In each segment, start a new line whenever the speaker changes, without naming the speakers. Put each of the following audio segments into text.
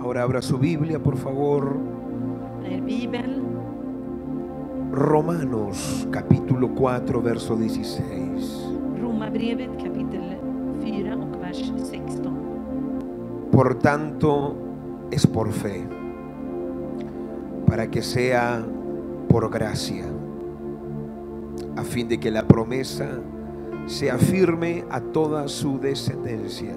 Ahora abra su Biblia, por favor.
Er Bibel,
Romanos capítulo 4, verso 16.
Romarbrevet kapitel 4 och vers 16.
Por tanto, es por fe, para que sea por gracia, a fin de que la promesa sea firme a toda su descendencia,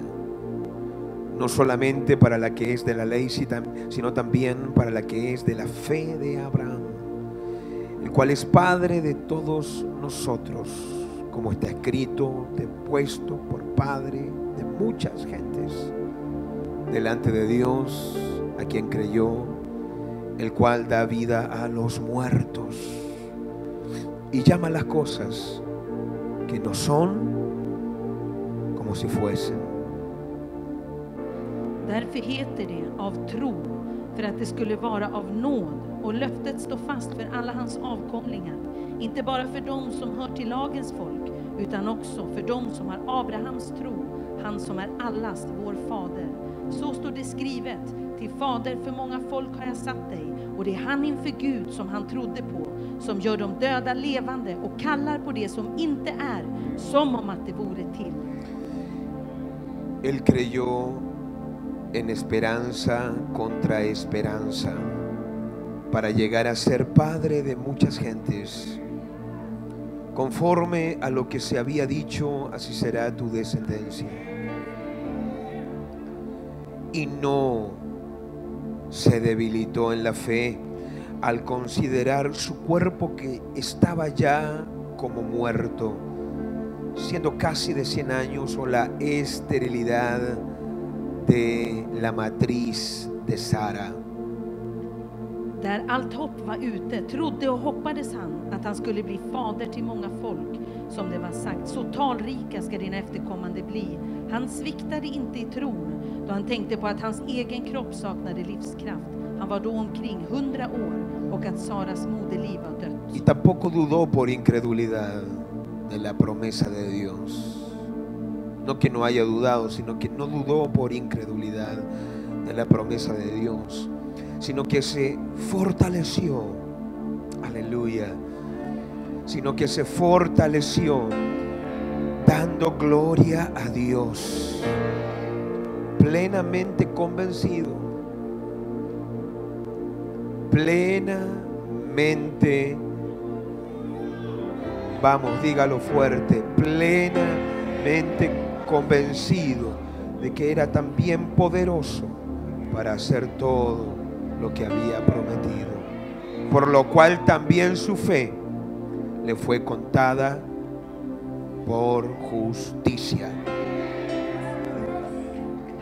no solamente para la que es de la ley, si tam- sino también para la que es de la fe de Abraham, el cual es Padre de todos nosotros, como está escrito, te he puesto por Padre de muchas gentes delante de Dios a quien creyó, el cual da vida a los muertos y llama las cosas que no son como si fuesen.
Därför heter det av tro, för att det skulle vara av nåd. Och löftet står fast för alla hans avkomlingar, inte bara för dem som hör till lagens folk, utan också för dem som har Abrahams tro, han som är allas vår fader. Så står det skrivet, till fader för många folk har jag satt dig, och det är han inför Gud som han trodde på, som gör de döda levande och kallar på det som inte är, som om att det vore till.
Él creyó en esperanza contra esperanza para llegar a ser padre de muchas gentes. Conforme a lo que se había dicho, así será tu descendencia. Y no se debilitó en la fe al considerar su cuerpo que estaba ya como muerto siendo casi de 100 años, o la esterilidad de la matriz de Sara.
Där allt hopp var ute trodde och hoppades han att han skulle bli fader till många folk, som det var sagt. Så talrika ska dina efterkommande bli. Han sviktade inte i tron, då han tänkte på att hans egen kropp saknade livskraft. Han var då omkring hundra år och att Saras moderliv var
Y
dött.
tampoco dudó por incredulidad de la promesa de Dios. No que no haya dudado, sino que no dudó por incredulidad de la promesa de Dios, sino que se fortaleció. Aleluya. Sino que se fortaleció dando gloria a Dios, plenamente convencido plenamente. Vamos, dígalo fuerte, plenamente convencido de que era también poderoso para hacer todo lo que había prometido. Por lo cual también su fe le fue contada por justicia.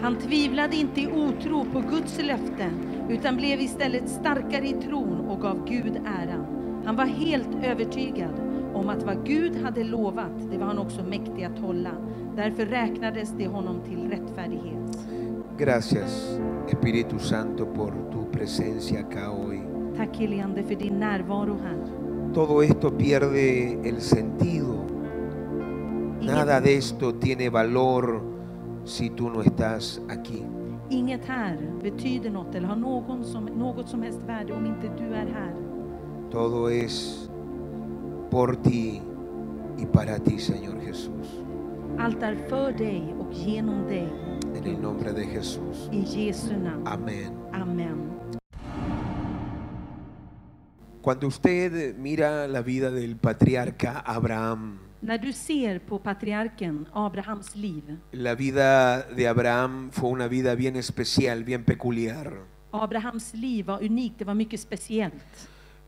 Han tvivlade inte i otro på Guds löften, utan blev istället starkare i tron och gav Gud äran. Han var helt övertygad om att vad Gud hade lovat, det var han också mäktig att hålla. Därför räknades det honom till rättfärdighet.
Gracias, Espíritu Santo, por tu presencia acá hoy.
Tack helige för din närvaro här.
Todo esto pierde el sentido. Nada de esto tiene valor si tú no estás aquí.
inget här betyder något eller har någon som, något som helst värde om inte du är här.
Todo es por ti y para ti, Señor Jesús.
Allt är för dig och genom dig.
En el nombre de Jesús.
I Jesu namn.
Amén.
Amen.
Cuando usted mira la vida del patriarca Abraham,
När du ser på patriarken Abrahams liv.
la vida de Abraham fue una vida bien especial, bien peculiar.
Abrahams liv var unikt, det var mycket speciellt.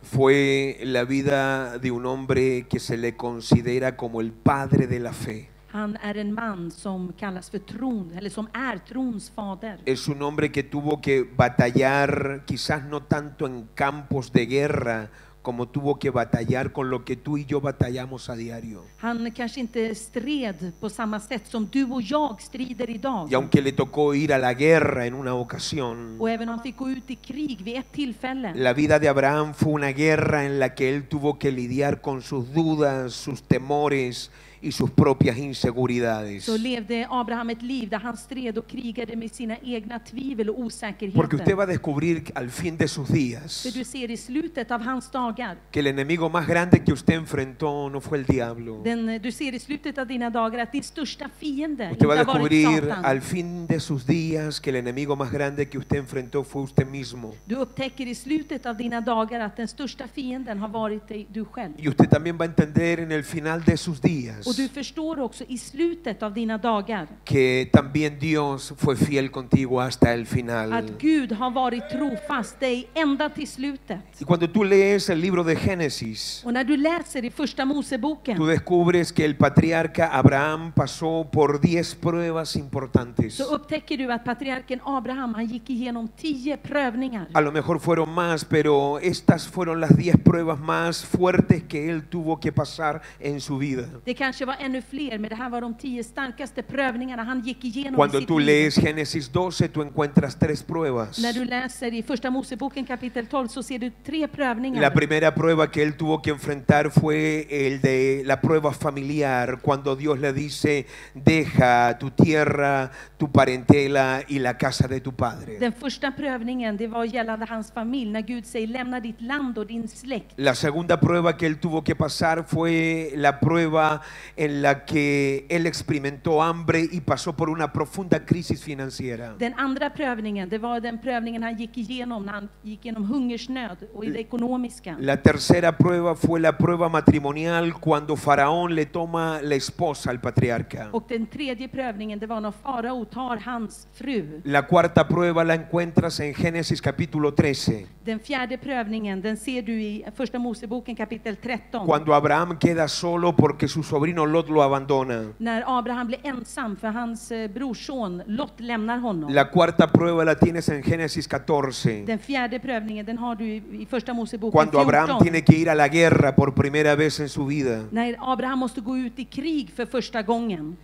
Fue la vida de un hombre que se le considera como el padre de la fe.
Han är en man som kallas för tron, eller som är trons fader.
Es un hombre que tuvo que batallar, quizás no tanto en campos de guerra, como tuvo que batallar con lo que tú y yo batallamos a diario.
Han kanske inte stred på samma sätt som du och jag strider idag.
Y aunque le tocó ir a la guerra en una ocasión,
Och även om han fick gå ut i krig vid ett tillfälle.
la vida de Abraham fue una guerra en la que él tuvo que lidiar con sus dudas, sus temores y sus propias inseguridades.
så levde Abraham ett liv där han stred och krigade med sina egna tvivel och
Porque usted
osäkerheter.
va a descubrir al fin de sus días
För du ser i slutet av hans dagar,
que el enemigo más grande que usted enfrentó no fue el diablo.
den, eh, du ser i slutet av dina dagar att din största fiende inte
Usted va
har
a
varit
descubrir al
Satan.
fin de sus días que el enemigo más grande que usted enfrentó fue usted mismo.
Du upptäcker i slutet av dina dagar att den största fienden har varit dig, du själv.
Y usted también va a entender en el final de sus días
Och du förstår också i slutet av dina dagar
que también Dios fue fiel contigo hasta el final.
att Gud har varit trofast dig ända till slutet.
Y cuando tú lees el libro de Génesis,
Och när du läser i Första
Tú
Moseboken
descubres que el patriarca Abraham pasó por 10 pruebas importantes.
så upptäcker du att patriarken Abraham han gick igenom tio prövningar.
A lo mejor fueron más, pero estas fueron las 10 pruebas más fuertes que él tuvo que pasar en su vida.
Det kanske var ännu fler, men det här var de tio starkaste prövningarna han gick igenom i
Cuando
sitt
tú
liv.
lees Génesis 12, tú encuentras tres pruebas.
När du läser i Första Moseboken kapitel 12 så ser du tre prövningar.
La primera prueba que él tuvo que enfrentar fue el de la prueba familiar, cuando Dios le dice, deja tu tierra, tu parentela y la casa de tu padre.
Den första prövningen det var gällande hans familj, när Gud säger lämna ditt land och din släkt.
La segunda prueba que él tuvo que pasar fue la prueba en la que él experimentó hambre y pasó por una profunda crisis financiera.
Den andra prövningen, det var den prövningen han gick igenom när han gick igenom hungersnöd och i det ekonomiska.
La tercera prueba fue la prueba matrimonial cuando Faraón le toma la esposa al patriarca.
Och den tredje prövningen, det var när farao tar hans fru.
La cuarta prueba la encuentras en Génesis capítulo 13,
Den fjärde prövningen, den ser du i Första Moseboken kapitel 13.
cuando Abraham queda solo porque su sobrino Lot lo abandona.
När Abraham blir ensam för hans eh, brorson Lot lämnar honom.
La cuarta prueba la tienes en Génesis 14.
Den fjärde prövningen, den har du i, i Första Moseboken
cuando Abraham
14.
tiene que ir a la guerra por primera vez en su vida.
När Abraham måste gå ut i krig för första gången.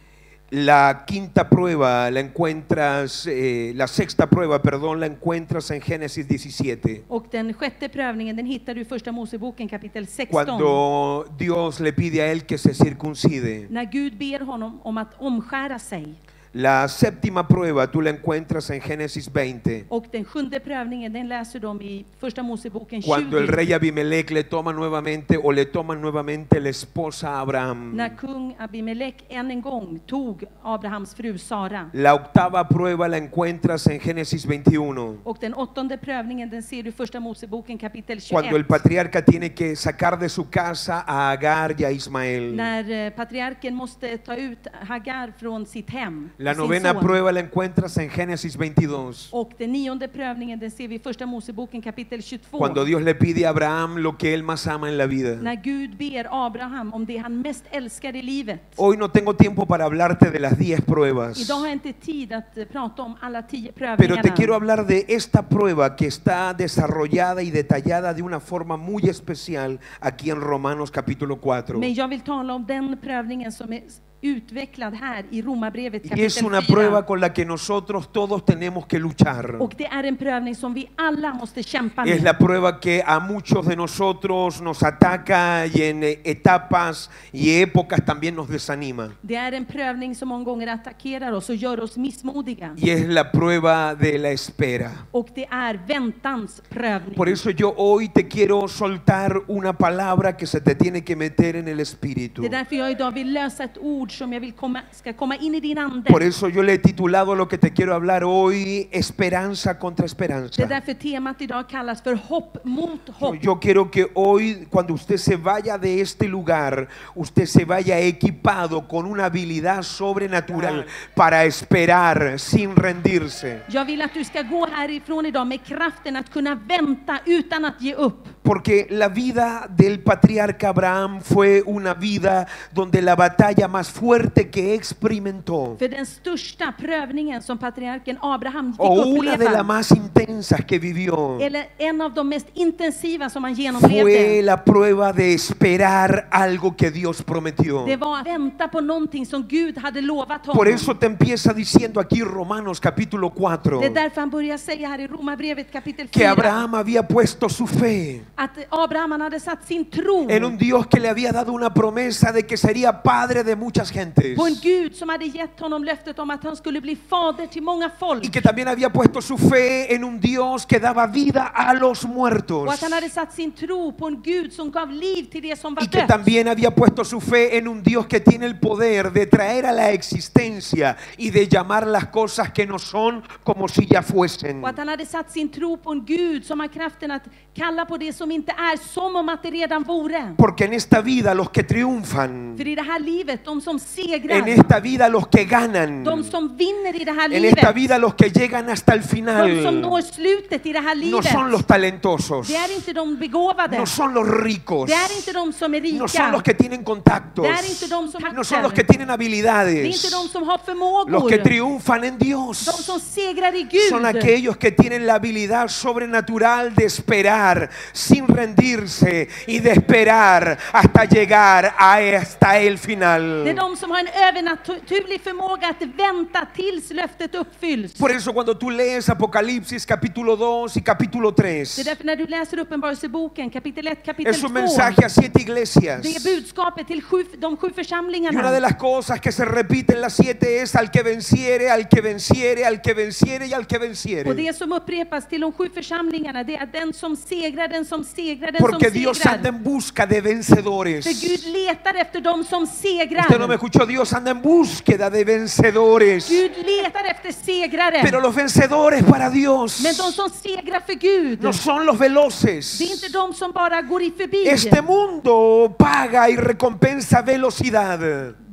La quinta prueba la encuentras, eh, la sexta prueba, perdón, la encuentras en Génesis 17.
Och den sjätte prövningen, den hittar du i Första Moseboken kapitel 16.
Cuando Dios le pide a él que se circuncide.
När Gud ber honom om att omskära sig.
La séptima prueba tú la encuentras en Génesis 20.
Och den sjunde prövningen, den läser de i Första Moseboken 20.
Cuando el rey Abimelech le toma nuevamente o le toma nuevamente la esposa a Abraham.
När kung Abimelech än en gång tog Abrahams fru Sara.
La octava prueba la encuentras en Génesis 21.
Och den åttonde prövningen, den ser du i Första Moseboken kapitel 21.
cuando el patriarca tiene que sacar de su casa a Agar y a Ismael.
När eh, patriarken måste ta ut Hagar från sitt hem.
La
sin
novena
son.
prueba la encuentras en Génesis 22,
Och den nionde prövningen, den ser vi i Första Moseboken kapitel 22.
cuando Dios le pide a Abraham lo que él más ama en la vida.
När Gud ber Abraham om det han mest älskar i livet.
Hoy no tengo tiempo para hablarte de las 10 pruebas,
Idag har jag inte tid att eh, prata om alla tio
pero te quiero
prövningarna.
hablar de esta prueba que está desarrollada y detallada de una forma muy especial aquí en Romanos capítulo 4.
Men jag vill tala om den prövningen som är s- utvecklad här i Romarbrevet
Y es
kapitel
una prueba
4.
con la que nosotros todos tenemos que luchar.
Och det är en prövning som vi alla måste kämpa
Es
med.
la prueba que a muchos de nosotros nos ataca y en eh, etapas y épocas también nos desanima.
Det är en prövning som många gånger attackerar oss och gör oss missmodiga.
Y es la prueba de la espera.
Och det är väntans prövning.
Por eso yo hoy te quiero soltar una palabra que se te tiene que meter en el espíritu.
Det är därför jag idag vill lösa ett ord som jag vill komma, ska komma in i din
Por
ande.
eso yo le he titulado lo que te quiero hablar hoy, esperanza contra
Det är
esperanza.
därför temat idag kallas för hopp mot hopp.
Yo quiero que hoy, cuando usted se vaya de este lugar, usted se vaya equipado con una habilidad sobrenatural para esperar sin rendirse.
Jag vill att du ska gå härifrån idag med kraften att kunna vänta utan att ge upp.
Porque la vida del patriarca Abraham fue una vida donde la batalla más fuerte que experimentó,
För den största prövningen som patriarken Abraham fick
o una de las
uppleva,
más intensas que vivió,
eller en av de mest intensiva som han
fue
genomlevde,
la prueba de esperar algo que Dios prometió.
det var att vänta på någonting som Gud hade lovat
Por
honom.
eso te empieza diciendo aquí Romanos capítulo 4.
Det är därför han börjar säga här i Romarbrevet kapitel
que
4
Abraham había puesto su fe
Att Abraham han hade satt sin tro
en un Dios que le había dado una promesa de que sería padre de muchas gentes
på en Gud som hade gett honom löftet om att han skulle bli fader till många folk.
y que también había puesto su fe en un Dios que daba vida a los
Och
muertos
att han hade satt sin tro på en Gud som gav liv till det som var
y que
dött.
también había puesto su fe en un Dios que tiene el poder de traer a la existencia y de llamar las cosas que no son como si ya fuesen.
Och att han hade satt sin tro på en Gud som har kraften att kalla på det som inte är, som om att det redan vore.
Porque en esta vida los que triunfan,
För i det här livet, de som
en
segrar,
esta vida los que ganan,
de som vinner i det här
en esta
livet,
vida los que llegan hasta el
de som når
final,
slutet i det här
no son
livet,
los talentosos,
det är inte de begåvade,
no son los ricos,
det är inte de som är
no son
rika,
los que tienen contactos,
Det är inte de som
no
hackar.
son los que
det är
tienen
inte
habilidades,
de som har
los que
förmågor,
triunfan en Dios.
de som segrar i
son
Gud.
aquellos que tienen la habilidad sobrenatural de esperar sin rendirse y de esperar hasta llegar a- hasta el
Det är
final.
de som har en övernaturlig förmåga att vänta tills löftet uppfylls.
Por eso cuando tú lees Apocalipsis capítulo 2 y capítulo
Det är
3,
därför när du läser Uppenbarelseboken kapitel 1, kapitel
es
2.
un mensaje a siete iglesias.
Det är budskapet till sju, de sju
Y una de
församlingarna.
las cosas que se repiten las siete es al que venciere, al que venciere, al que venciere y al que
Och
venciere.
det som upprepas till de sju församlingarna det är att den som segrar, den som segrar, den
Porque
som
Dios anda
segrar.
en busca de vencedores.
För Gud letar efter dem som
Usted no
segrar.
me escuchó, Dios anda en búsqueda de vencedores.
Gud letar efter segrare.
Pero los vencedores para Dios
Men de som segrar för Gud,
no son los
det är inte
veloces.
de som bara går i förbi.
Este mundo paga y recompensa velocidad.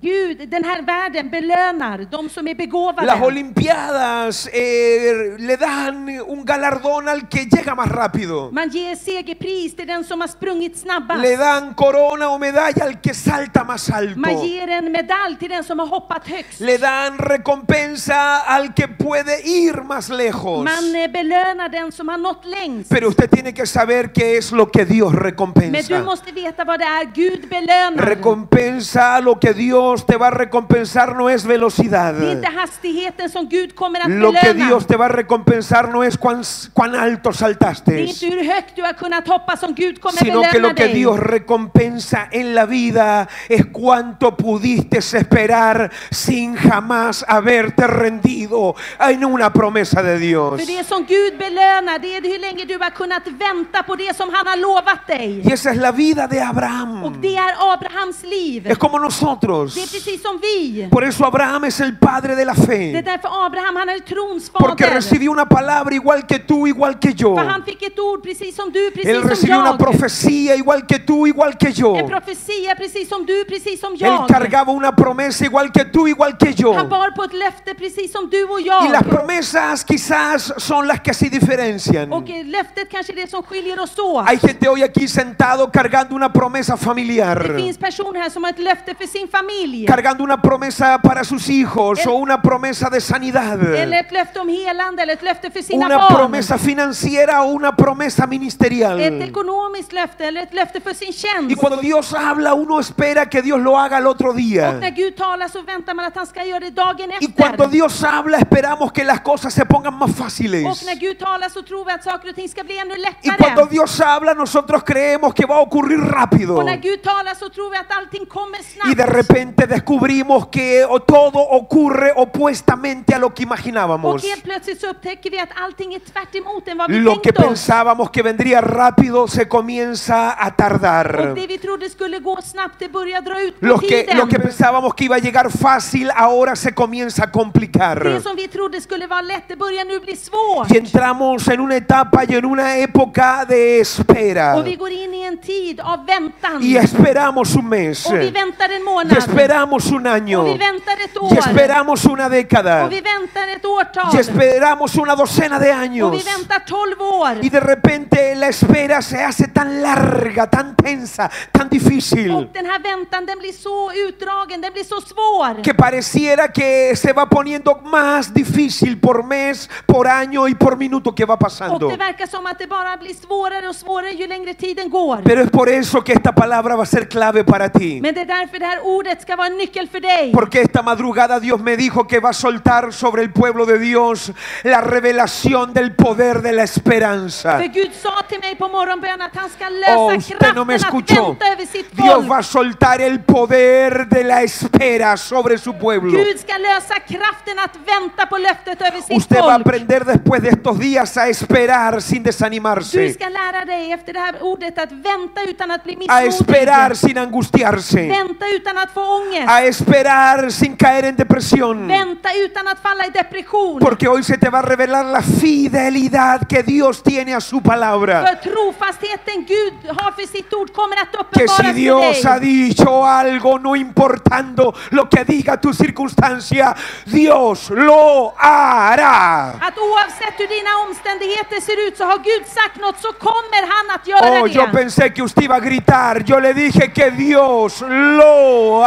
Gud, den här världen belönar de som är
Las
begåvade.
Olimpiadas eh, le dan un galardón al que llega más rápido.
Man ger segerpris till den som har sprungit snabbast.
Le dan corona o medalla al que salta más alto.
Man ger en medalj till den som har hoppat högst.
Le dan recompensa al que puede ir más lejos.
Man eh, belönar den som har nått längst.
Pero usted tiene que saber qué es lo que Dios
Men du
recompensa.
måste veta vad det är Gud belönar.
Recompensa lo que Dios te va a recompensar no es velocidad.
Det är inte hastigheten som Gud kommer att
Lo que
belöna.
Dios te va a recompensar no es cuán, cuán alto
Det är
saltaste,
inte hur högt du har kunnat hoppa som Gud kommer
sino que
belöna
lo que
dig.
Dios recompensa en la vida es cuánto pudiste esperar sin jamás haberte rendido en una promesa de Dios.
För det som Gud belönar, det är hur länge du har kunnat vänta på det som han har lovat
Y
dig.
esa es la vida de
Och
Abraham.
det är Abrahams liv.
Es como nosotros.
Det är precis som vi.
Por eso Abraham es el padre de la
Det är
fe.
därför Abraham, han är trons
Porque
fader.
recibió una palabra igual que tú, igual que yo.
För han fick ett ord precis som du,
Él
precis som
recibió una
jag.
profecía igual que tú, igual que yo.
En profetia precis som du, precis som
Él
jag.
cargaba una promesa igual que tú, igual que yo.
Han bar på ett löfte precis som du och
Y las
jag.
promesas quizás son las que se diferencian.
Och eh, löftet kanske är det som skiljer oss åt.
Hay gente hoy aquí sentado cargando una promesa
Det
familiar,
finns personer här som har ett löfte för sin familj.
cargando una promesa para sus hijos
El-
o una promesa de sanidad,
Eller ett löfte om helande, eller ett löfte för sina
una
barn.
promesa financiera o una promesa
Ett
ministerial.
ekonomiskt löfte, eller ett löfte för sin
Y
tjänst.
cuando Dios habla, uno espera que Dios lo haga el otro
Och när
día.
Gud talar så väntar man att han ska göra det dagen
Y cuando
efter.
Dios habla, esperamos que las cosas se pongan más
Och
fáciles.
när Gud talar så tror vi att saker och ting ska bli ännu
Y cuando
lättare.
Dios habla, nosotros creemos que va a ocurrir rápido.
Och när Gud talar så tror vi att allting kommer
Y de
snabbt.
repente descubrimos que o- todo ocurre opuestamente a lo que
Och
imaginábamos.
helt plötsligt så upptäcker vi att allting är tvärt emot än vad vi
Lo que
tänkt oss.
pensábamos que vendría rápido se comienza a
Och
tardar.
det vi trodde skulle gå snabbt, det börjar dra ut
Lo
på
que, lo
tiden.
que pensábamos que iba a llegar fácil ahora se comienza a complicar.
Det som vi trodde skulle vara lätt, det börjar nu bli svårt.
Y entramos en una etapa y en una época de espera.
Och vi går in i en tid av väntan.
Y esperamos un mes.
Och vi väntar en
Y
månad.
esperamos un año.
Och vi väntar ett
Y
år.
esperamos una década.
Och vi väntar ett årtal.
Y esperamos una docena de
Och vi
años.
väntar tolv år.
Y de repente la espera se hace tan larga, tan tensa, tan
Och
difícil,
den här väntan den blir så utdragen, den blir så svår.
que pareciera que se va poniendo más difícil por mes, por año y por minuto que va
Och
pasando.
det verkar som att det bara blir svårare och svårare ju längre tiden går.
Pero es por eso que esta palabra va a ser clave para ti.
Men det är därför det här ordet ska vara en nyckel för dig.
Porque esta madrugada Dios me dijo que va a soltar sobre el pueblo de Dios la revelación del poder de la esperanza.
För Gud sa till mig på morgonbön att han ska
Oh,
lösa
usted
kraften
no me
att
escuchó.
vänta över sitt
Dios va a
folk.
soltar el poder de la espera sobre su pueblo.
Gud ska lösa kraften att vänta på löftet över sitt
Usted va a
folk.
aprender después de estos días a esperar sin
Du
desanimarse,
ska lära dig efter det här ordet att vänta utan att bli
a
missmodig.
esperar sin angustiarse,
Vänta utan att få ångest.
a esperar sin caer en depresión.
Vänta utan att falla i depression.
Porque hoy se te va a revelar la fidelidad que Dios tiene a su
För
palabra.
trofastheten Gud har för sitt ord kommer att
Que
uppenbaras
si
för
Dios ha
dig.
dicho algo, no importando lo que diga tu circunstancia, Dios lo hará.
Att oavsett hur dina omständigheter ser ut så har Gud sagt något så kommer han att göra
Oh, yo
det.
pensé que usted iba a gritar. Yo le dije que Dios lo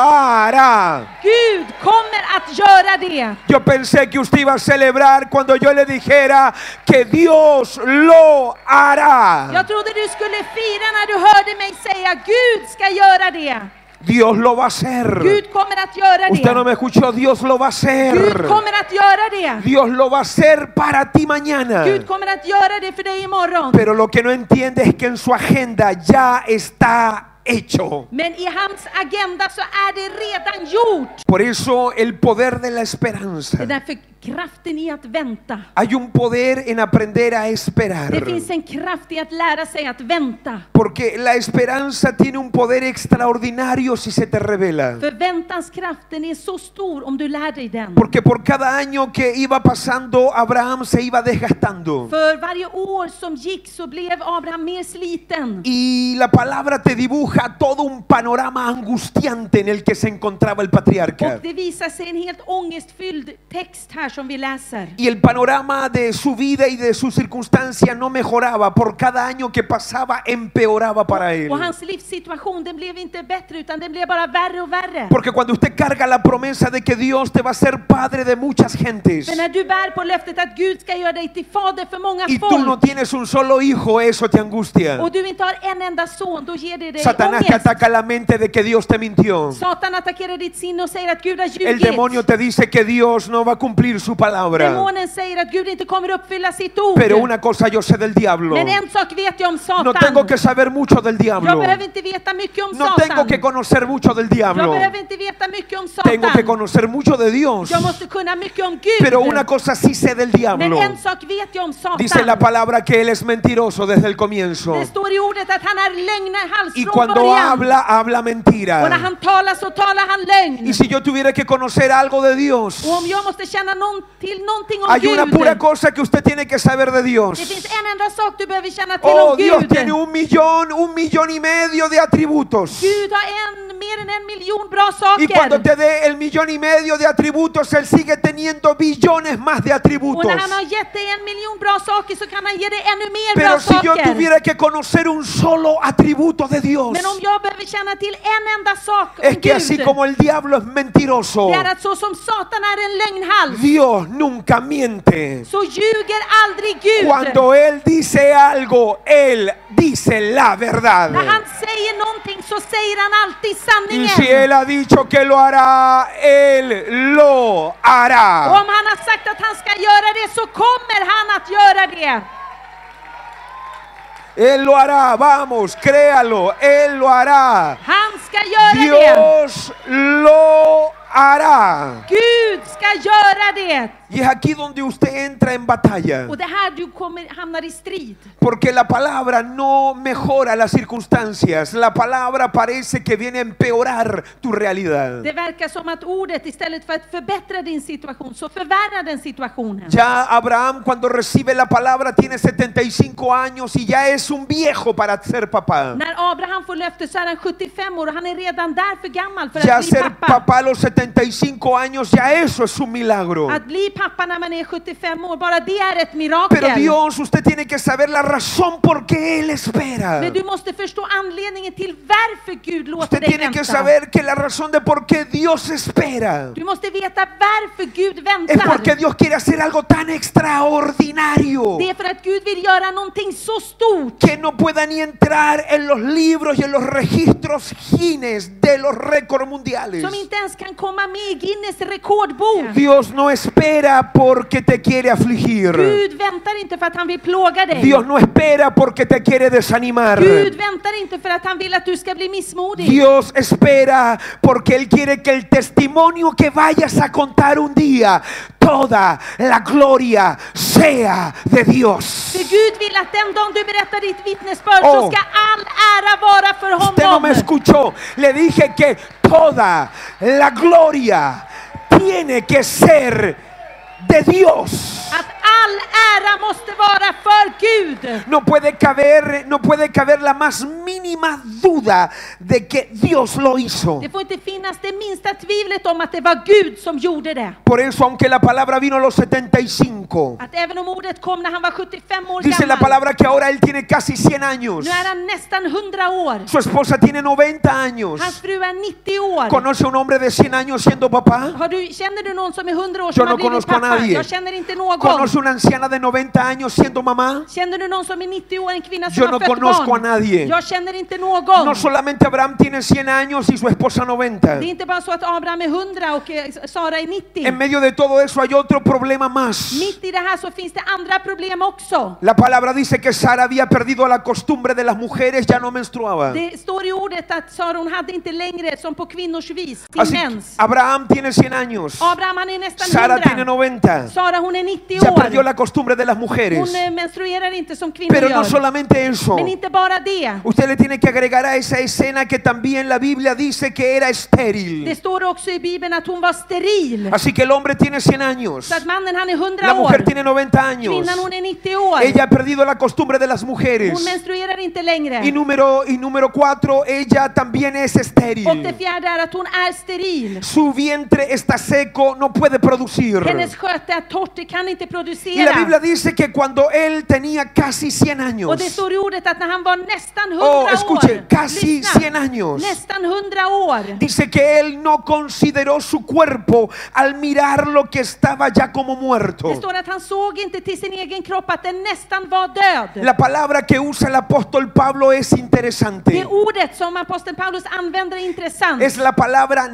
hará.
Gud kommer att göra det.
Yo pensé que usted iba a celebrar cuando yo le dijera que Dios lo hará.
Jag trodde du skulle fira när du hörde mig säga Gud ska göra det.
Dios lo va a hacer.
Gud kommer att göra
Usted no
det.
me escuchó. Dios lo va a hacer.
Gud kommer att göra det.
Dios lo va a hacer para ti mañana.
Gud kommer att göra det för dig imorgon.
Pero lo que no entiende es que en su agenda ya está hecho.
Men i hans agenda så är det redan gjort.
Por eso el poder de la
Det
esperanza.
är därför kraften i att vänta.
Hay un poder en aprender a
Det
esperar.
finns en kraft i att lära sig att vänta.
Porque la esperanza tiene un poder extraordinario si se te revela.
Förväntanskraften är så stor om du lär dig den.
Porque por cada año que iba pasando, Abraham se iba desgastando.
För varje år som gick så blev Abraham mer sliten.
Y la palabra te dibuja todo un panorama angustiante en el que se encontraba el
Och
patriarca.
det visar sig en helt ångestfylld text här som vi läser.
Y el panorama de su vida y de su circunstancia no mejoraba. Por cada año que pasaba, empeoraba para él.
Och hans livssituation den blev inte bättre utan den blev bara värre och värre.
Porque cuando usted carga la promesa de que Dios te va a ser padre de muchas gentes.
För när du bär på löftet att Gud ska göra dig till fader för många
y tú no
folk
tienes un solo hijo, eso te angustia.
och du inte har en enda son, då ger det dig
Satanás te
ångest.
ataca la mente de que Dios te mintió.
Satan attackerar ditt sinne och säger att Gud har
El
ljugit.
demonio te dice que Dios no va a cumplir su palabra.
Demonen säger att Gud inte kommer uppfylla sitt ord.
Pero una cosa yo sé del diablo.
Men en sak vet jag om Satan.
No tengo que saber mucho del
Jag
diablo.
behöver inte veta mycket om
No
Satan.
tengo que conocer mucho del
jag
diablo.
behöver inte veta mycket om Satan.
Tengo que conocer mucho de Dios.
Jag måste kunna mycket om Gud.
Pero una cosa sí sé del
Men
diablo.
en sak vet jag om Satan.
Dice la palabra que él es mentiroso desde el comienzo.
Det står i ordet att han är lögnhals
Y
från
cuando
början.
habla, habla
Och när
mentira.
han talar så talar han lögn.
Y si yo tuviera que conocer algo de Dios,
Och om jag måste känna någon, till någonting om
Hay
Gud.
una pura cosa que usted tiene que saber
Det
de
finns
Dios.
en enda sak du behöver känna till
Oh,
om
Dios
Gud.
tiene un millón, un millón y medio de atributos.
Gud har en, mer än en miljon bra
Y
saker.
cuando te dé el millón y medio de atributos, Él sigue teniendo billones más de
Och
atributos.
när han har gett dig en miljon bra saker så kan han ge dig ännu mer bra
Pero si yo
saker.
tuviera que conocer un solo atributo de Dios,
Men om jag behöver känna till en enda sak om
es que
Gud,
así como el diablo es mentiroso,
det är att så som Satan är en lögnhals,
Dios nunca miente.
så ljuger aldrig Gud.
Cuando Él dice algo, Él dice la
När
verdad.
han säger någonting så säger han alltid
Y
sanningen.
si Él ha dicho que lo hará, Él lo
Och
hará.
om han har sagt att han ska göra det så kommer han att göra det.
Él lo hará, vamos, créalo, Él lo hará.
Han ska göra det.
Dios lo hará.
Gud ska göra det.
Y es aquí donde usted entra en batalla.
Och det här du kommer hamnar i strid.
Porque la palabra no mejora las circunstancias. La palabra parece que viene a empeorar tu realidad.
Det verkar som att ordet istället för att förbättra din situation så förvärrar den situationen.
Ya Abraham cuando recibe la palabra tiene 75 años y ya es un viejo para ser papá.
När Abraham får löfte så är han 75 år och han är redan där för gammal för
Ya
att bli
ser
pappa.
papá a los 75 años, ya eso es un milagro.
Att bli pappa när man är 75 år. Bara det är ett mirakel.
Pero Dios, usted tiene que saber la razón por qué Él espera.
Men du måste förstå anledningen till varför Gud låter
Usted
dig
tiene que
vänta.
saber que la razón de por qué Dios espera
Du måste veta varför Gud väntar.
es porque Dios quiere hacer algo tan extraordinario
Det är för att Gud vill göra någonting så stort
que no pueda ni entrar en los libros y en los registros Guinness de los récords mundiales.
som inte ens kan komma med i Guinness rekordbok.
Dios no espera porque te quiere afligir.
Gud väntar inte för att han vill plåga dig.
Dios no espera porque te quiere desanimar.
Gud väntar inte för att han vill att du ska bli missmodig.
Dios espera porque Él quiere que el testimonio que vayas a contar un día, toda la gloria sea de Dios.
För Gud vill att den dagen du berättar ditt vittnesbörd
Oh.
så ska all ära vara för
Usted no me
honom.
escuchó. Le dije que toda la gloria tiene que ser de Dios.
Att all ära måste vara för Gud.
No puede caber, no puede caber la más mínima duda de que Dios lo hizo.
Det får inte finnas det minsta tvivlet om att det var Gud som gjorde det.
Por eso, aunque la palabra vino a los 75,
Att även om ordet kom när han var 75 år
dice la
gammal,
palabra que ahora él tiene casi 100 años.
nu är han nästan 100 år.
Su esposa tiene 90 años.
Hans fru är 90 år.
¿Conoce a un hombre de 100 años siendo papá?
Har du, känner du någon som är 100 år
Yo
som har
no
blivit
conozco a
pappa?
nadie.
Jag känner inte någon.
¿Conoce una anciana de 90 años siendo mamá?
Känner du någon som är 90 år, en kvinna
Yo
som
no
har fött
conozco
barn?
a nadie.
Jag känner inte någon.
No solamente Abraham tiene 100 años y su esposa 90.
Det är inte bara så att Abraham är 100 och eh, Sara är 90.
En medio de todo eso hay otro problema más.
Mitt i det här så finns det andra problem också.
La palabra dice que Sara había perdido la costumbre de las mujeres, ya no menstruaba.
Det står i ordet att Sara hon hade inte längre, som på kvinnors vis, sin
Así que
mens.
Abraham tiene 100 años,
Abraham han är nästan
Alltså, Sara tiene
100.
90.
Sara hon är 90
Ya perdió
år.
la costumbre de las mujeres.
Hon eh, menstruerar inte som kvinnor
Pero no
gör.
solamente eso. Oh,
Men inte bara det.
Usted le tiene que agregar a esa escena que también la Biblia dice que era
Det
estéril.
står också i Bibeln att hon var steril.
Así que el hombre tiene 100 años.
Så att mannen han är 100
Alltså, La mujer
år.
tiene 90 años.
Kvinnan hon är 90 år.
Ella ha perdido la costumbre de las
Hon
mujeres.
menstruerar inte längre.
Y número, y número cuatro, ella también es
Och det
estéril.
fjärde är att hon är steril.
Su vientre está seco, no puede producir.
Hennes sköte är torrt, det kan inte
Y la
producera.
Biblia dice que cuando él tenía casi 100
Och det
años,
står i ordet att när han var nästan 100
Oh, escuche,
år,
casi
lyssna,
100 años.
nästan 100 år,
dice que él no consideró su cuerpo al mirar lo que estaba ya como
det
muerto.
står att han såg inte till sin egen kropp att den nästan var död.
La palabra que usa el apóstol Pablo es
Det
interesante.
ordet som aposteln Paulus använder är intressant.
Es la palabra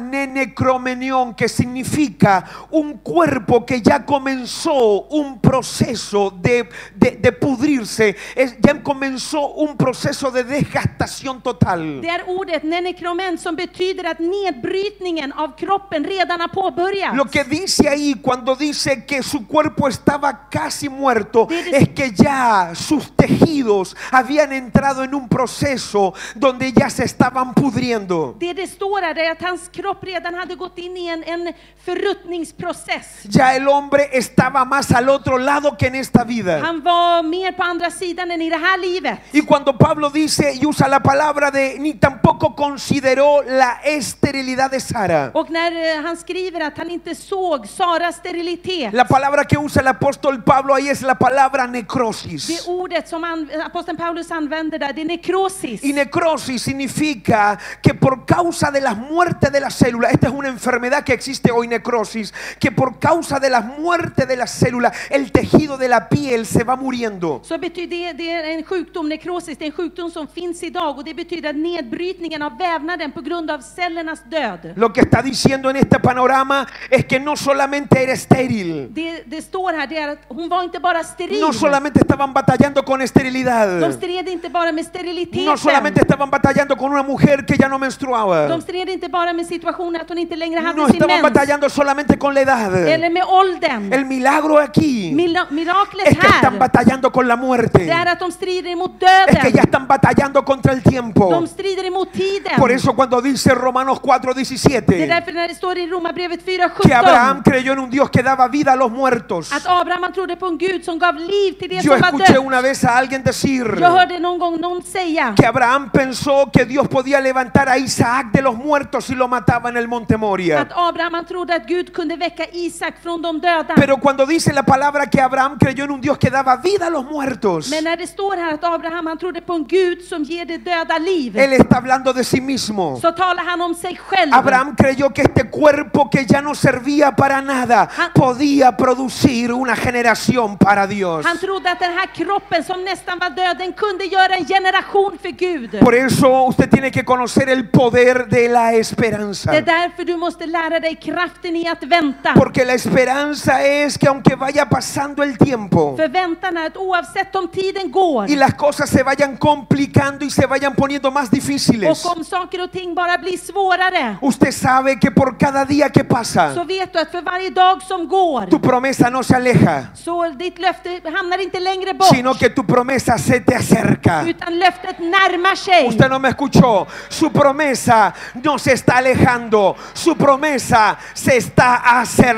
nenecromenión que significa un cuerpo que ya comenzó un proceso de, de- de pudrirse, Es- ya comenzó un proceso de desgastación total.
Det är ordet nenekromen som betyder att nedbrytningen av kroppen redan har påbörjats.
Lo que dice ahí cuando dice que su cuerpo estaba casi muerto
Did-
es que ya sus tejidos habían entrado en un proceso donde ya se estaban pudriendo.
Det det står här är att hans kropp redan hade gått in i en, en förruttningsprocess.
Ya el hombre estaba más al otro lado que en esta vida.
Han var mer på andra sidan än i det här livet.
Y cuando Pablo dice y usa la palabra de ni tampoco consideró la esterilidad de Sara.
Och när eh, han skriver att han inte såg Saras sterilitet,
La palabra que usa el apóstol Pablo ahí es la palabra necrosis.
det ordet som an- aposteln Paulus använder där, det är nekrosis.
Y necrosis significa que por causa de las muertes de las células, esta es una enfermedad que existe hoy, necrosis, que por causa de las muertes de las células, el tejido de la piel se va muriendo.
Så betyder det, det är en sjukdom, nekrosis, det är en sjukdom som finns idag och det betyder att nedbrytningen av vävnaden på grund av cellernas död.
Lo que está diciendo en este panorama es que no solamente era estéril,
Det, det står här, det är att hon var inte bara steril.
no solamente estaban batallando con
De
esterilidad,
stred inte bara med steriliteten.
no solamente estaban batallando con una mujer que ya no menstruaba,
De stred inte bara med situationen att hon inte längre hade
no
sin
estaban
mens.
batallando solamente con la edad.
Eller med åldern.
El milagro aquí
Mila- miraklet
es que
här
están batallando con la muerte.
Det är att de strider emot
Es que ya
döden.
están batallando contra el tiempo.
De strider emot tiden.
Por eso cuando dice Romanos
Det är
4:17
därför när det står i Romarbrevet
que Abraham
4.17
creyó en un Dios que daba vida a los muertos.
att Abraham han trodde på en Gud som gav liv till det
Yo
som var
escuché
dött.
una vez a alguien decir
Jag hörde någon gång någon säga
que Abraham pensó que Dios podía levantar a Isaac de los muertos y lo mataba en el monte Moria.
att Abraham han trodde att Gud kunde väcka Isak från de döda.
Pero cuando dice la palabra que Abraham creyó en un Dios que daba vida a los muertos,
Men när det står här att Abraham han trodde på en Gud som ger det döda liv
él está hablando de sí mismo.
så talar han om sig själv.
Abraham creyó que este cuerpo que ya no servía para nada
Ah.
podía producir una generación para Dios.
Han trodde att den här kroppen som nästan var död den kunde göra en generation för Gud.
Por eso usted tiene que conocer el poder de la esperanza.
Det är därför du måste lära dig kraften i att vänta.
Porque la esperanza es que aunque vaya pasando el tiempo
För väntan är att oavsett om tiden går
y las cosas se vayan complicando y se vayan poniendo más difíciles,
och om saker och ting bara blir svårare
usted sabe que por cada día que
så
pasa,
vet du att för varje dag som går
tu promesa no se aleja,
så ditt löfte hamnar inte längre bort
sino que tu promesa se te acerca.
utan löftet närmar sig.
Usted no me escuchó. Su promesa no se está alejando. Su promesa se está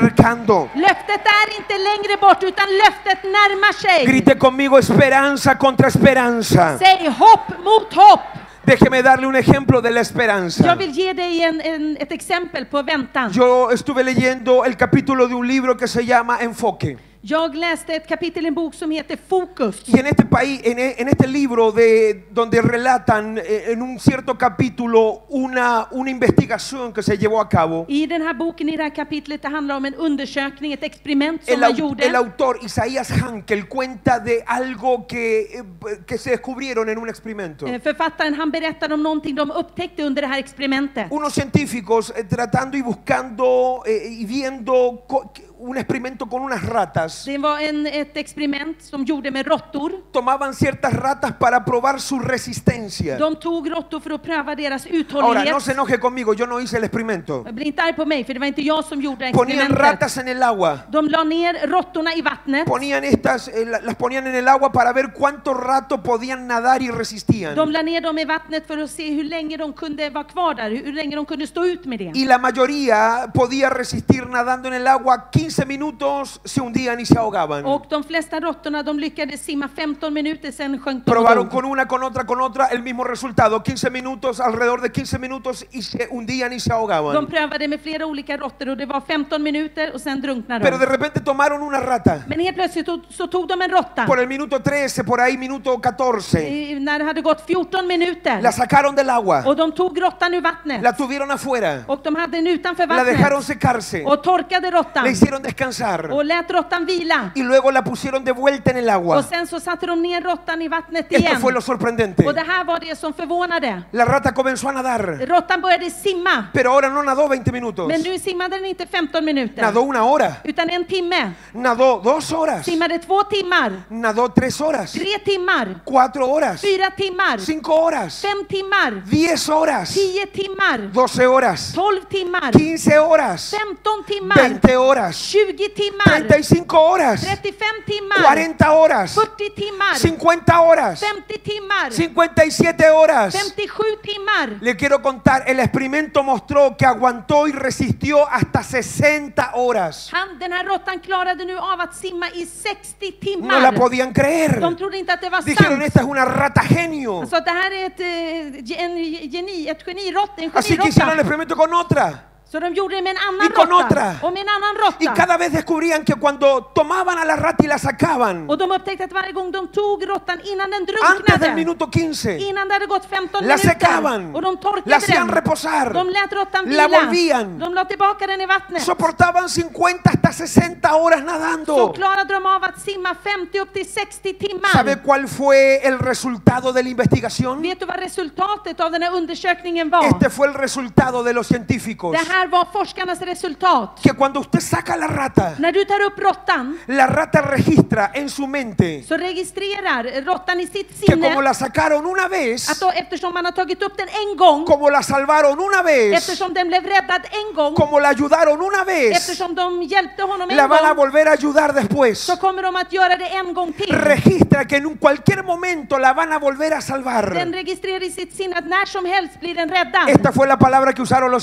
acercando.
Löftet är inte längre bort utan löftet närmar sig.
Grite conmigo esperanza contra esperanza.
Säg hopp mot hopp.
Déjeme darle un ejemplo de la
Jag
esperanza.
vill ge dig en, en, ett exempel på väntan.
Yo estuve leyendo el capítulo de un libro que se llama Enfoque.
Jag läste ett kapitel i en bok som heter Fokus.
Y en este país, en, e- en este libro de, donde relatan eh, en un cierto capítulo una, una investigación que se llevå a cabo,
I den här boken, i det här kapitlet, det handlar om en undersökning, ett experiment som
El,
man
au-
gjorde.
el autor Isaías Hankel cuenta de algo que, eh, que se descubrieron en un experimento.
Eh, Författaren han berättar om någonting de upptäckte under det här experimentet.
Unos científicos eh, tratando y buscando eh, y viendo co- un experimento con unas ratas.
Det var en, ett experiment som gjorde med råttor.
Tomaban ciertas ratas para probar su resistencia.
De tog råttor för att pröva deras
Ahora, no se
uthållighet.
enoje conmigo, yo no hice el experimento.
Bli inte arg på mig, för det var inte jag som gjorde
Ponían
experimentet.
ratas en el agua.
De la ner råttorna i vattnet.
Ponían estas, eh, la- las ponían en el agua para ver cuánto rato podían nadar y resistían.
De la ner dem i vattnet för att se hur länge de kunde vara kvar där, hur hur länge de kunde stå ut med det.
y la mayoría podía resistir nadando en el agua 15 minutos, se hundían y se ahogaban.
Och de flesta råttorna de lyckades simma 15 minuter, sen sjönk de
Probaron
ombord.
con una, con otra, con otra, el mismo resultado, 15 minutos, alrededor de 15 minutos y se hundían y se
De
ahogaban.
prövade med flera olika råttor och det var 15 minuter och sen drunknade
Pero de
de.
repente tomaron una rata,
Men helt plötsligt tog- så tog de en råtta.
por el minuto 13, por ahí minuto 14,
I- När det hade gått 14 minuter.
la sacaron del agua,
Och de tog råttan ur vattnet.
la tuvieron afuera,
Och de hade den utanför
la dejaron
vattnet.
secarse,
Och torkade
la
råttan.
hicieron descansar
Och lät råttan vila.
y luego la pusieron de vuelta en el
Och
agua.
sen så satte de ner råttan i vattnet
Esto fue
igen.
lo sorprendente.
Och det här var det som förvånade.
La rata comenzó a nadar.
Råttan började simma.
Pero ahora no nadó 20 minutos.
Men nu simmade den inte 15
Nadó
minuter.
una hora.
Utan en timme.
Nadó dos horas.
Simmade två timmar.
Nadó tres horas.
Tre timmar.
Cuatro horas.
Fyra timmar.
Cinco horas.
Fem timmar.
Diez horas.
Tio timmar.
Doce horas.
12 timmar.
Quince horas.
15 timmar.
Veinte horas.
20 timmar.
Treinta y cinco horas.
35 timmar.
Cuarenta horas.
40 timmar.
Cincuenta horas.
50 timmar.
Cincuenta y siete horas.
57 timmar.
Le quiero contar, el experimento mostró que aguantó y resistió hasta 60 horas.
Han, den här råttan klarade nu av att simma i 60
No la
timmar.
podían creer.
De trodde inte att det var
Dijeron,
sant.
esta es una rata genio.
Alltså det här är ett, eh, ge- en geni, ett geniråtta, en
Así que hicieron el
geniråtta.
experimento con otra.
Så de gjorde det med en
Y
annan
con
råtta.
otra.
Och med en annan
Y
råtta.
cada vez descubrían que cuando tomaban a la rata y la sacaban,
Och de upptäckte att varje gång de tog råttan innan den
antes del
drunknade,
minuto 15,
innan det hade gått 15
la
minuter,
secaban,
och de
la
torkade
hacían
den,
reposar,
de lät råttan
la
vila,
volvían.
de la tillbaka den i vattnet,
soportaban 50 hasta 60 horas nadando.
så klarade de av att simma 50 upp till 60
¿Sabe
timmar.
cuál fue el resultado de la investigación?
Vet du vad resultatet av den här undersökningen var?
Este fue el resultado de los científicos.
Det här här var forskarnas resultat.
que cuando usted saca la rata,
När du tar upp råttan
la rata registra en su mente
så registrerar råttan i sitt
que como
sinne
la sacaron una
att
vez,
då, eftersom man har tagit upp den en gång,
como la salvaron una vez,
eftersom den blev räddad en gång,
como la ayudaron una vez,
eftersom de hjälpte honom en
la van a
gång,
volver a ayudar después.
så kommer de att göra det en gång till.
Registra que en cualquier momento la van a volver a
Den
salvar.
registrerar i sitt sinne att när som helst blir den räddad.
Esta fue la palabra que usaron los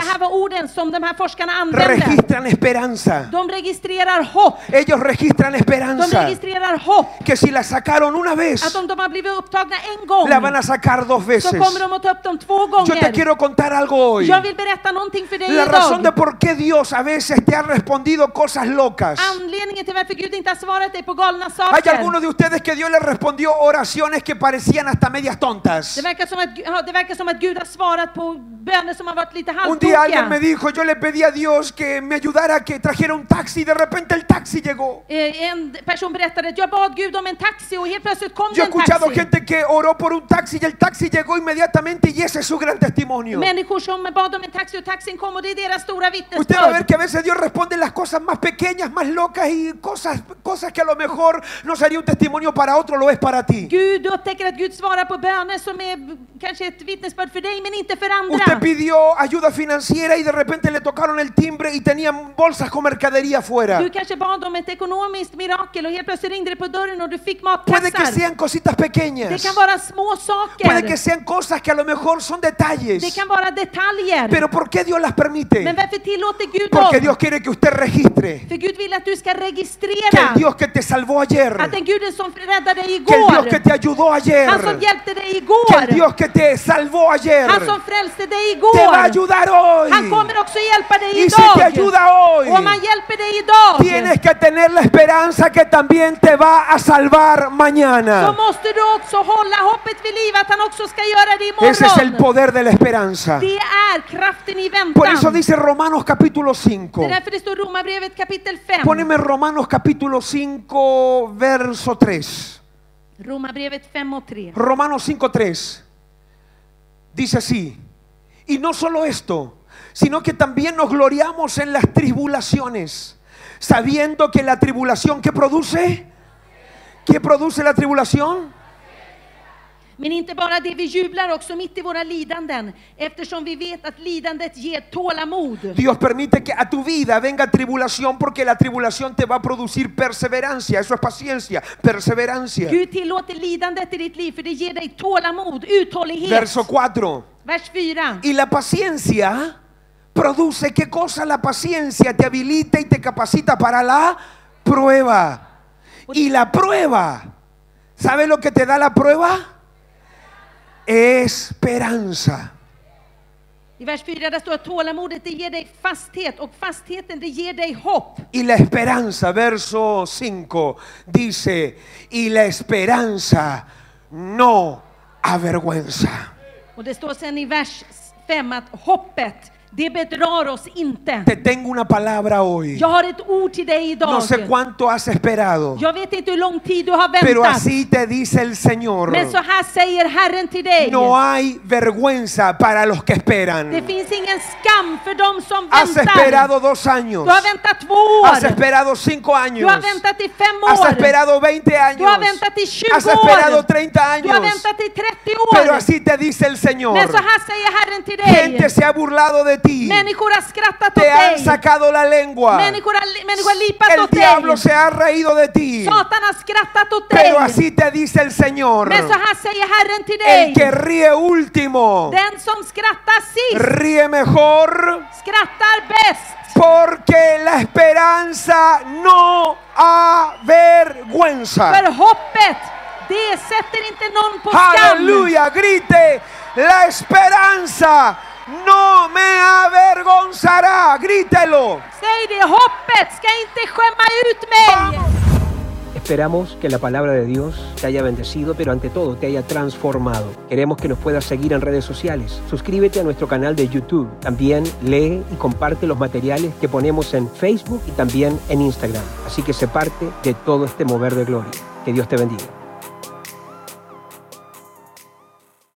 Det här var orden som de här forskarna använde.
Registran esperanza.
De registrerar hopp.
Ellos registran
De
esperanza.
registrerar hopp.
Que si la sacaron una
Att
vez,
om de har blivit upptagna en gång
la van a sacar dos
så
veces.
kommer de att ta upp dem två
Yo te
gånger.
quiero contar algo hoy.
Jag vill berätta någonting för dig
La razón de
idag.
por qué Dios a veces te ha respondido cosas locas.
Anledningen till varför Gud inte har svarat dig på galna
Hay
saker.
algunos de ustedes que Dios les respondió oraciones que parecían hasta medias
Det
tontas.
verkar, som att, ja, det verkar som att Gud har svarat på böner som har varit lite
Un día alguien me
halvtokiga.
dijo, yo le pedí a Dios que me ayudara a que trajera un taxi y de repente el taxi llegó.
Eh, En person berättade att jag bad Gud om en taxi och helt plötsligt kom
Yo
det
he
en
escuchado
taxi.
gente que oró por un taxi y el taxi llegó inmediatamente y ese es su gran testimonio.
Människor som bad om en taxi och taxin kom och det är deras stora
Usted va a ver
vittnesbörd.
que a veces Dios responde las cosas más pequeñas, más locas y cosas, cosas que a lo mejor no sería un testimonio para otro, lo es para ti.
Gud upptäcker att Gud svarar på böner som är kanske ett vittnesbörd för dig men inte för
Usted
andra.
pidió ayuda financiera y de repente le tocaron el timbre y tenían bolsas con mercadería afuera.
Du kanske bad om ett ekonomiskt mirakel och helt plötsligt ringde det på dörren och du fick
Puede que
matkassar.
sean cositas
Det
pequeñas.
kan vara små
Puede que
saker.
sean cosas que a lo mejor son
Det
detalles.
kan vara detaljer.
Pero ¿por qué Dios las
Men
permite?
varför tillåter Gud
Porque
dem?
Dios quiere que usted registre
För Gud vill att du ska
que el
registrera
Dios que te salvó ayer,
att den guden som räddade dig
que el Dios
igår,
que te ayudó ayer,
han som hjälpte dig
que el
igår,
Dios que te salvó ayer,
han som frälste dig
te va a
igår,
ayudar hoy.
Han kommer också hjälpa dig
Y
idag.
si te ayuda hoy,
Och om han hjälper dig idag
Tienes que tener la esperanza que también te va a salvar
så
mañana.
måste du också hålla hoppet vid liv att han också ska göra det
Ese es el
imorgon.
poder de la esperanza.
Det är kraften i
Por eso
väntan.
dice Romanos capítulo
Det
5.
är därför det står Romarbrevet kapitel 5.
Poneme Romanos capítulo 5, verso 3.
Romarbrevet 5 och 3.
Romanos 5.3 dice así, y no solo esto, sino que también nos gloriamos en las tribulaciones, sabiendo que la tribulación que produce, ¿qué produce la tribulación?
Men inte bara det, vi jublar också mitt i våra lidanden eftersom vi vet att lidandet ger tålamod.
Dios permite que a tu vida venga tribulación porque la tribulación te va a producir perseverancia, eso es paciencia, perseverancia.
Gud tillåter lidandet i ditt liv för det ger dig tålamod, uthållighet.
Verso 4.
Vers 4.
Y la paciencia produce qué cosa la paciencia te habilita y te capacita para la prueba. Y la prueba, ¿sabe lo que te da la prueba? Esperanza.
I vers 4 där står att tålamodet det ger dig fasthet och fastheten det ger dig hopp.
Y la esperanza, verso 5, dice, y la esperanza no avergüenza.
Och det står sen i vers 5 att hoppet det bedrar oss inte.
Te tengo una palabra hoy.
Jag har ett ord till dig
No
idag.
sé cuánto has esperado,
Jag vet inte hur lång tid du har
pero
väntat.
así te dice el Señor.
Men så här säger Herren till dig.
No hay vergüenza para los que
Det
esperan.
finns ingen skam för dem som
Has
väntar.
esperado dos años.
Du har väntat två
Has
år.
esperado cinco
Du
años.
har väntat i fem
Has
år.
esperado 20
Du
años.
har väntat i 20
Has esperado
år.
30
Du har
años.
väntat i 30
Pero
år.
así te dice el
Men
Señor.
så här säger Herren till dig.
Gente se ha burlado de ti.
Människor har skrattat åt
Te han
dig.
sacado la lengua.
Människor har, människor har lipat
El
åt
diablo
dig.
se ha reído de ti.
Satan har skrattat åt dig.
Pero así te dice el Señor.
Men så här säger Herren till
El que
dig.
ríe último
Den som skrattar sist
ríe mejor.
skrattar bäst.
Porque la esperanza no avergüenza.
För hoppet, det sätter inte någon på skam.
Aleluya, grite. La esperanza no me avergonzará. Grítelo.
Säg det, hoppet ska inte skämma ut mig.
Esperamos que la palabra de Dios te haya bendecido, pero ante todo te haya transformado. Queremos que nos puedas seguir en redes sociales. Suscríbete a nuestro canal de YouTube. También lee y comparte los materiales que ponemos en Facebook y también en Instagram. Así que se parte de todo este mover de gloria. Que Dios te bendiga.